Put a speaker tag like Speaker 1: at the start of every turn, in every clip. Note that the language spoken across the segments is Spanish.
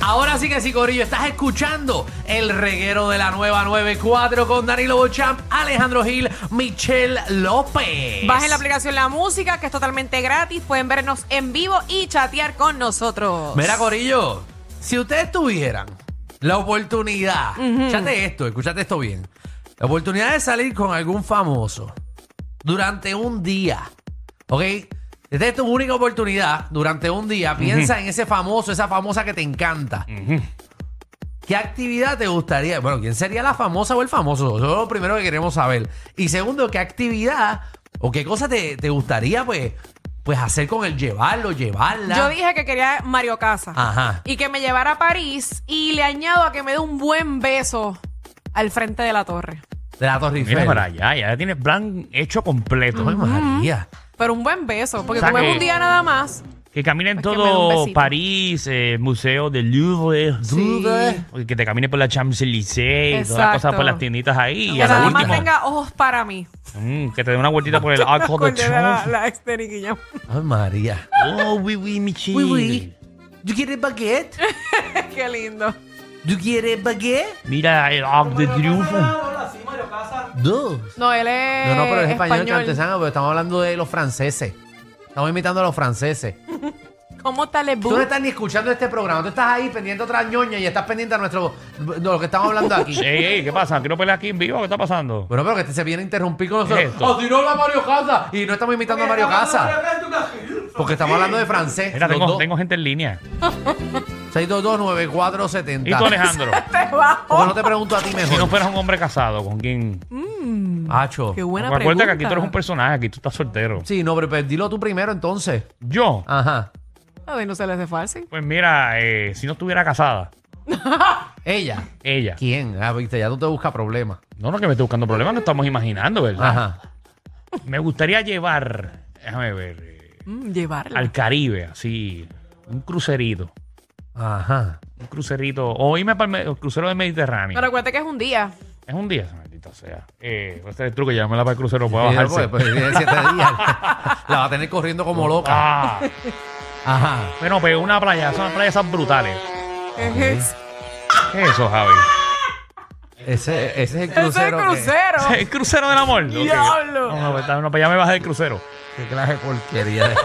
Speaker 1: Ahora sí que sí, Corillo, estás escuchando el reguero de la nueva 94 con Danilo Bochamp, Alejandro Gil, Michelle López.
Speaker 2: Bajen la aplicación La Música, que es totalmente gratis. Pueden vernos en vivo y chatear con nosotros.
Speaker 1: Mira, Corillo, si ustedes tuvieran la oportunidad, escúchate esto, escúchate esto bien, la oportunidad de salir con algún famoso durante un día, ¿ok? Esta es tu única oportunidad durante un día. Piensa en ese famoso, esa famosa que te encanta. ¿Qué actividad te gustaría? Bueno, ¿quién sería la famosa o el famoso? Eso es lo primero que queremos saber. Y segundo, ¿qué actividad o qué cosa te, te gustaría, pues, pues hacer con el llevarlo, llevarla?
Speaker 2: Yo dije que quería Mario Casa.
Speaker 1: Ajá.
Speaker 2: Y que me llevara a París. Y le añado a que me dé un buen beso al frente de la torre.
Speaker 1: De la Torre Eiffel.
Speaker 3: Mira para allá, ya tienes plan hecho completo.
Speaker 1: Ay, María.
Speaker 2: Pero un buen beso, porque
Speaker 3: O sea
Speaker 2: como
Speaker 3: que-
Speaker 2: es un día nada más.
Speaker 3: Que caminen
Speaker 2: Pues que me dé un
Speaker 3: todo
Speaker 2: besito.
Speaker 3: París, eh, Museo del Louvre.
Speaker 1: Dude.
Speaker 3: Oye, Que te camine por la Champs-Élysées, todas las cosas
Speaker 2: Exacto.
Speaker 3: por las tienditas ahí. Y
Speaker 2: Que
Speaker 3: a la
Speaker 2: nada más
Speaker 3: última, Ah,
Speaker 2: tenga ojos para mí.
Speaker 3: mm, que te dé una vueltita por el Arco de
Speaker 2: Acordé de la,
Speaker 3: Triunfo.
Speaker 2: la ex de Nicky Jam.
Speaker 1: Ay, María.
Speaker 3: Oh, oui, oui, mi chico.
Speaker 1: Uy, uy. ¿Tú quieres baguette?
Speaker 2: Qué lindo.
Speaker 1: ¿Tú quieres baguette?
Speaker 3: Mira el Arco de Triunfo.
Speaker 1: Dos.
Speaker 2: No, él es.
Speaker 1: No, no, pero es Eh, español, cantesano, pero estamos hablando de los franceses. Estamos imitando a los franceses.
Speaker 2: ¿Cómo está el
Speaker 1: Tú no
Speaker 2: boot?
Speaker 1: estás ni escuchando este programa. Tú estás ahí pendiente a otra ñoña y estás pendiente a nuestro, de lo que estamos hablando aquí.
Speaker 3: Ey, ey, ¿qué pasa? ¿Quiero pelear aquí en vivo? ¿Qué está pasando?
Speaker 1: Bueno, pero que este se viene a interrumpir con
Speaker 3: ¿Qué
Speaker 1: nosotros.
Speaker 3: es esto?
Speaker 1: ¡Oh, si no habla Mario Casa! Y no estamos imitando a Mario Casa. Porque estamos hablando de francés.
Speaker 3: Mira,
Speaker 1: Los
Speaker 3: tengo,
Speaker 1: dos.
Speaker 3: tengo gente en línea.
Speaker 1: 622-9470.
Speaker 3: ¿Y tú, Alejandro?
Speaker 2: Te bajo.
Speaker 1: ¿Por qué no te pregunto a ti
Speaker 3: Si no
Speaker 1: mejor?
Speaker 3: fueras un hombre casado, ¿con quién?
Speaker 1: Hacho.
Speaker 2: Qué buena
Speaker 3: Recuerda
Speaker 2: pregunta.
Speaker 3: que aquí tú eres un personaje, aquí tú estás soltero.
Speaker 1: Sí, no, pero pues, dilo tú primero entonces.
Speaker 3: Yo,
Speaker 1: Ajá.
Speaker 2: Ay, no se le hace fácil.
Speaker 3: pues mira, eh, si no estuviera casada,
Speaker 1: Ella.
Speaker 3: ella.
Speaker 1: ¿Quién? Ah, viste, ya tú te buscas problemas.
Speaker 3: No, no, que me estoy buscando problemas, no estamos imaginando, ¿verdad?
Speaker 1: Ajá.
Speaker 3: Me gustaría llevar, déjame ver, eh,
Speaker 2: Mm, llevarla.
Speaker 3: al Caribe, así, un crucerito.
Speaker 1: Ajá.
Speaker 3: Un crucerito, o irme para el, me- el crucero del Mediterráneo.
Speaker 2: Pero acuérdate que es un día.
Speaker 3: Es un día, maldita sea. Eh, ese es el truco, llévamela para el crucero, puedo
Speaker 1: Sí,
Speaker 3: bajarse.
Speaker 1: pues, pues, tiene siete días. La va a tener corriendo como loca.
Speaker 3: Ah,
Speaker 1: Ajá.
Speaker 3: bueno, pero una playa, son playas esas brutales.
Speaker 2: Es-
Speaker 3: ¿Qué es eso, Javi?
Speaker 1: Ese, ese es el
Speaker 2: Ese es el
Speaker 1: crucero. que-
Speaker 2: crucero.
Speaker 3: ¿El crucero del amor? Ok.
Speaker 2: Diablo.
Speaker 3: No, no, pues, está- no, pues ya me bajé del crucero.
Speaker 1: Qué clase de porquería. de-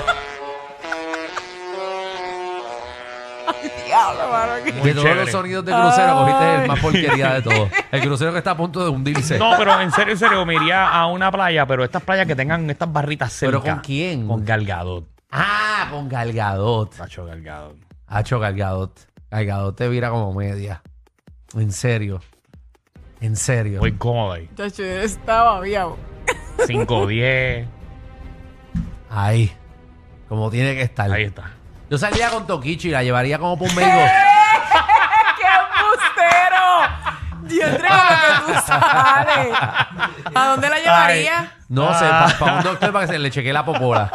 Speaker 2: Diablo, mano, que-
Speaker 3: Muy
Speaker 1: De todos
Speaker 3: chévere.
Speaker 1: los sonidos de crucero, cogiste el
Speaker 2: Ay.
Speaker 1: más porquería de todos. El crucero que está a punto de hundirse.
Speaker 3: No, pero en serio, en serio, me iría a una playa, pero estas playas que tengan estas barritas
Speaker 1: ¿Pero
Speaker 3: cerca.
Speaker 1: con quién?
Speaker 3: Con Galgadot.
Speaker 1: Ah, con Galgadot.
Speaker 3: Tacho Galgadot.
Speaker 1: Hacho Galgadot. Galgadot te vira como media. En serio. En serio.
Speaker 3: Muy cómodo ahí.
Speaker 2: Chacho, yo estaba viado.
Speaker 3: 5, 10.
Speaker 1: Ahí. Como tiene que estar.
Speaker 3: Ahí está.
Speaker 1: Yo saldría con Tokichi y la llevaría como por medio.
Speaker 2: ¡Qué embustero! Diandre, con lo que tú sales. ¿A dónde la llevaría?
Speaker 1: No sé,
Speaker 3: Ah.
Speaker 1: para un doctor para que se le chequee la popola.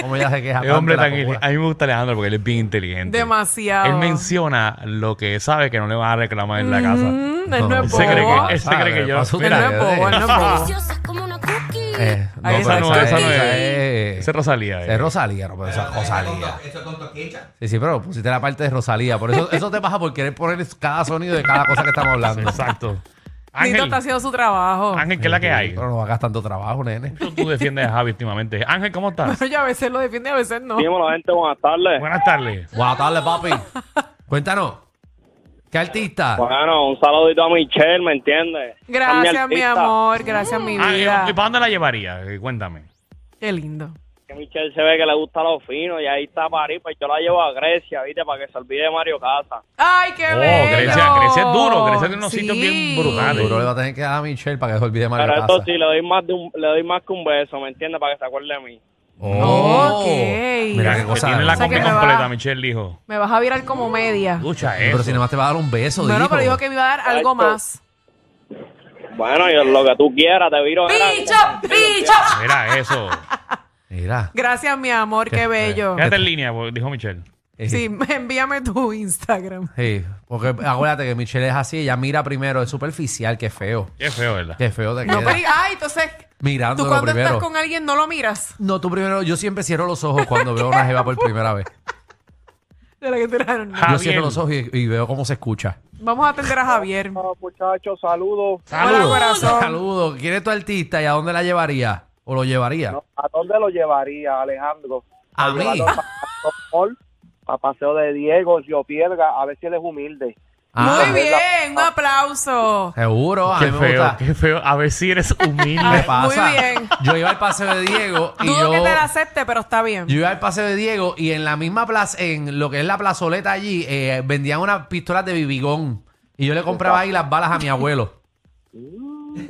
Speaker 1: Como ya se queja.
Speaker 3: El hombre
Speaker 1: tanto
Speaker 3: tan
Speaker 1: de la
Speaker 3: ili-
Speaker 1: popola.
Speaker 3: A mí me gusta Alejandro porque él es bien inteligente.
Speaker 2: Demasiado.
Speaker 3: Él menciona lo que sabe que no le van a reclamar en la
Speaker 2: Mm,
Speaker 3: casa.
Speaker 2: él no
Speaker 1: No,
Speaker 2: es
Speaker 3: se cree
Speaker 2: bobo.
Speaker 3: que- él se cree que yo-
Speaker 1: Para su
Speaker 2: Él no es
Speaker 1: tragedia.
Speaker 2: bobo, él no es bobo.
Speaker 4: Preciosas como una cookie.
Speaker 1: Eh, no,
Speaker 2: Ahí
Speaker 1: pero esa,
Speaker 2: está.
Speaker 3: Esa no
Speaker 1: es-
Speaker 3: es.
Speaker 1: esa es-
Speaker 3: Ese es Rosalía. eh.
Speaker 1: es Rosalía, no, pero esa es Rosalía. Sí, sí, pero pusiste la parte de Rosalía. Por eso, eso te pasa por querer poner cada sonido de cada cosa que estamos hablando.
Speaker 3: Exacto.
Speaker 2: Nito está
Speaker 3: Ángel,
Speaker 2: haciendo su trabajo.
Speaker 3: Ángel, ¿qué es la que hay?
Speaker 1: Pero no hagas tanto trabajo, nene.
Speaker 3: Tú- Tú defiendes a Javi últimamente. Ángel, ¿cómo estás?
Speaker 2: Pero yo a veces lo defiende y a veces no.
Speaker 5: Dímelo, gente, buenas tardes.
Speaker 3: Buenas tardes.
Speaker 1: Buenas tardes, papi. Cuéntanos. ¿Qué artista?
Speaker 5: Bueno, un saludito a Michelle, ¿me entiendes?
Speaker 2: Gracias,
Speaker 5: A
Speaker 2: mi
Speaker 5: artista,
Speaker 2: amor. Gracias, mi
Speaker 3: Ah, ¿y-
Speaker 2: vida.
Speaker 3: ¿Y para dónde la llevaría? Eh, Cuéntame.
Speaker 2: Qué lindo.
Speaker 5: Que Michelle se ve que le gusta lo fino y ahí está París, pues yo la llevo a Grecia, ¿viste? Para que se olvide de Mario Casa.
Speaker 2: ¡Ay, qué
Speaker 3: Oh,
Speaker 2: bello!
Speaker 3: Grecia- Grecia es duro, Grecia tiene unos sitios bien brutales.
Speaker 2: ¿eh?
Speaker 1: Seguro le va a tener que dar a Michelle para que se olvide Mario
Speaker 5: Pero
Speaker 1: Casa.
Speaker 5: esto sí, le doy más de un, le doy más que un beso, ¿me entiendes? Para que se acuerde de mí.
Speaker 1: Oh.
Speaker 2: Ok.
Speaker 1: Mira qué
Speaker 3: Que
Speaker 1: cosa.
Speaker 3: Tiene la
Speaker 2: O sea, que
Speaker 3: combi
Speaker 2: me va-
Speaker 3: completa, Michelle dijo.
Speaker 2: Me vas a virar como media.
Speaker 3: Escucha eso.
Speaker 1: Pero si nada más te va a dar un beso,
Speaker 2: Bueno,
Speaker 1: dijo.
Speaker 2: pero dijo que me iba a dar algo
Speaker 5: Exacto.
Speaker 2: más.
Speaker 5: Bueno, yo lo que tú quieras, te viro. era-
Speaker 2: ¡Bicho! ¡Bicho!
Speaker 3: Mira eso.
Speaker 1: Mira.
Speaker 2: Gracias, mi amor, qué bello.
Speaker 3: Quédate en línea, dijo Michelle.
Speaker 1: Eh,
Speaker 2: Sí, envíame tu Instagram.
Speaker 1: Sí, porque acuérdate que Michelle es así, ella mira primero, es superficial, qué feo.
Speaker 3: Qué feo, ¿verdad?
Speaker 1: Qué feo te
Speaker 2: No,
Speaker 1: queda.
Speaker 2: pero, ay, entonces,
Speaker 1: Mirando
Speaker 2: tú cuando
Speaker 1: primero.
Speaker 2: estás con alguien no lo miras.
Speaker 1: No, tú primero, yo siempre cierro los ojos cuando veo una jeva por primera vez.
Speaker 2: de la que tú eres anónimo.
Speaker 3: Ja-
Speaker 1: Yo cierro
Speaker 3: Javier.
Speaker 1: los ojos y, y veo cómo se escucha.
Speaker 2: Vamos a atender a Javier.
Speaker 5: muchachos, saludos.
Speaker 2: corazón.
Speaker 1: Saludos. ¿Quién es tu artista y a dónde la llevaría? ¿O lo llevaría?
Speaker 5: No, ¿A dónde lo llevaría, Alejandro?
Speaker 1: A
Speaker 5: Lo
Speaker 1: mí.
Speaker 5: llevaría pa- pa- Paul, A paseo de Diego, yo pierda, a ver si él es humilde.
Speaker 1: Ah,
Speaker 2: Muy bien, un aplauso.
Speaker 1: Seguro. A
Speaker 3: Qué
Speaker 1: mí me
Speaker 3: feo,
Speaker 1: gusta.
Speaker 3: qué feo. A ver si eres
Speaker 1: ¿Qué
Speaker 3: humilde.
Speaker 1: pasa?
Speaker 2: bien.
Speaker 1: Yo iba al paseo de Diego y
Speaker 2: Dudo
Speaker 1: yo...
Speaker 2: que te la acepte, pero está bien.
Speaker 1: Yo iba al paseo de Diego y en la misma plaza, en lo que es la plazoleta allí, eh, vendían unas pistolas de bibigón. Y yo le compraba ahí las balas a mi abuelo.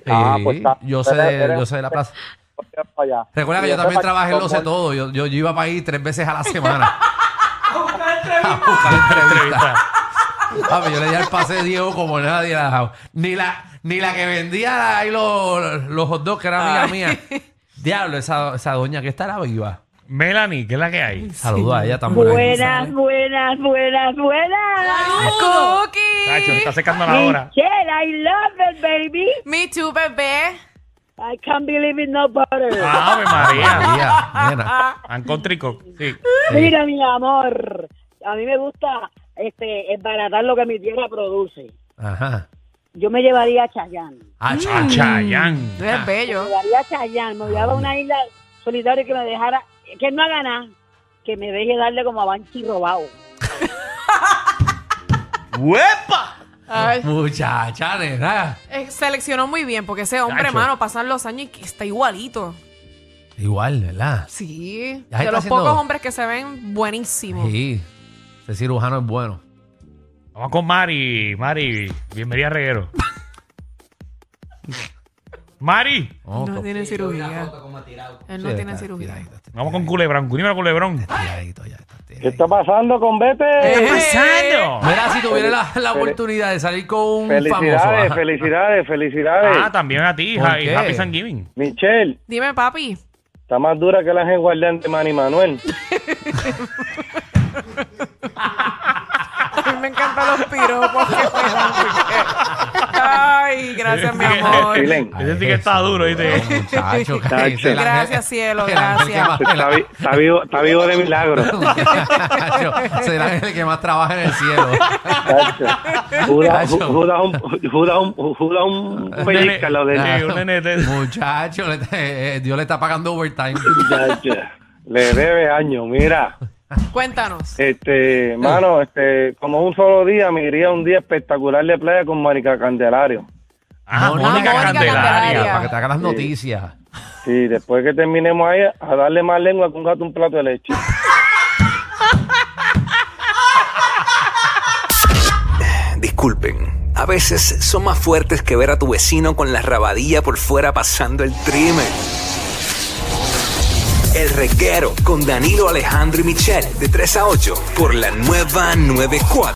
Speaker 5: Ah,
Speaker 1: Sí,
Speaker 5: pues está.
Speaker 1: yo, sé
Speaker 5: Eres-
Speaker 1: de,
Speaker 5: eres-
Speaker 1: yo sé de la plaza.
Speaker 5: Porque es para allá.
Speaker 1: Recuerda que
Speaker 5: Y
Speaker 1: yo también
Speaker 5: después
Speaker 1: trabajé en
Speaker 5: para-
Speaker 1: Lo sé todo. Yo, yo, yo iba para ahí tres veces a la semana. a buscar entrevistas. Papi, yo le di al paseo de Diego como nadie la dejaba. Ni la, ni la que vendía ahí los, los hot dogs, que era
Speaker 2: Ay.
Speaker 1: amiga mía. Diablo, esa, esa doña que estará viva.
Speaker 3: Melanie, ¿qué es la que hay?
Speaker 1: Saludos a ella tan buena que
Speaker 4: Buenas,
Speaker 1: sale.
Speaker 4: buenas, buenas, buenas.
Speaker 3: Tacho, me
Speaker 2: ¡Cookie!
Speaker 3: está secando la hora.
Speaker 4: Michelle, I love it, baby.
Speaker 2: Me too, bebé.
Speaker 4: I can't believe it, no butter.
Speaker 3: Ave María.
Speaker 1: María, nena.
Speaker 3: Ancontrico. Sí.
Speaker 4: Mira, mi amor, a mí me gusta este esbaratar lo que mi tierra produce.
Speaker 1: Ajá.
Speaker 4: Yo me llevaría a Chayán.
Speaker 1: Ah, cha-
Speaker 3: A Chayanne.
Speaker 2: Tú eres
Speaker 1: Ah.
Speaker 4: Me
Speaker 2: bello.
Speaker 4: llevaría a Chayán, me llevaba a una isla solitaria que me dejara, que no haga nada, que me deje darle como a Banshee robado.
Speaker 2: Ay,
Speaker 1: Muchacha, nena.
Speaker 2: eh, seleccionó muy bien, porque ese hombre,
Speaker 3: Chacho.
Speaker 2: hermano, pasan los años y que está igualito.
Speaker 1: Igual, ¿verdad?
Speaker 2: Sí.
Speaker 1: Ya se está
Speaker 2: De los
Speaker 1: haciendo-
Speaker 2: pocos hombres que se ven buenísimos.
Speaker 1: Sí. Ese cirujano es bueno.
Speaker 3: Vamos con Mari. Mari, bienvenida a Reguero. Mari,
Speaker 1: Oh,
Speaker 2: No
Speaker 1: co-
Speaker 2: tiene cirugía. Él no
Speaker 1: sí,
Speaker 2: tiene
Speaker 1: está
Speaker 2: cirugía.
Speaker 1: tiradito, está
Speaker 3: vamos con Culebrón. Dime Culebrón. ¿Qué
Speaker 1: tiradito, ya está
Speaker 5: ¿Qué
Speaker 1: tiradito.
Speaker 5: está pasando con Vete?
Speaker 2: Eh,
Speaker 1: Mira, si tuviera la, la
Speaker 5: Fel-
Speaker 1: oportunidad de salir con un famoso.
Speaker 5: Felicidades,
Speaker 1: ajá.
Speaker 5: felicidades, felicidades.
Speaker 3: Ah, también a ti,
Speaker 1: ¿Por
Speaker 3: ja- y
Speaker 1: qué?
Speaker 3: Happy Thanksgiving.
Speaker 5: Michelle,
Speaker 2: Dime, papi.
Speaker 5: está más dura que la ángel guardián de Manny Manuel.
Speaker 2: A mí me encantan los piropos. que me dan, porque- Ay, gracias, mi amor.
Speaker 5: Milen,
Speaker 1: Ay,
Speaker 3: Ese sí que está
Speaker 1: Jesús,
Speaker 3: duro, ¿viste?
Speaker 1: Muchacho, cállense, el ángel-
Speaker 2: Gracias, cielo,
Speaker 1: el ángel que
Speaker 2: gracias.
Speaker 1: más- el
Speaker 5: está, vi- está vivo, está vivo de milagro.
Speaker 1: Muchacho, será el que más trabaja en el cielo.
Speaker 5: Tacho. Judas
Speaker 1: Tacho.
Speaker 5: Ju- Judas un, Judas un, Judas un pellizcalo de
Speaker 3: Sí, un nene de-
Speaker 1: Muchacho, le- eh, eh, Dios le está pagando overtime.
Speaker 5: Tacho. Le debe años, mira.
Speaker 2: Cuéntanos.
Speaker 5: Este, mano, este, como un solo día, me iría a un día espectacular de playa con Mónica Candelario.
Speaker 3: Ah, Mónica
Speaker 2: Mónica Candelaria.
Speaker 3: Candelaria.
Speaker 1: Para que te hagan las noticias.
Speaker 5: Sí, después que terminemos ahí, a darle más lengua con gato un plato de leche.
Speaker 6: disculpen. A veces son más fuertes que ver a tu vecino con la rabadilla por fuera pasando el trimen. El reguero con Danilo Alejandro y Michel de 3 a 8 por la nueva 94.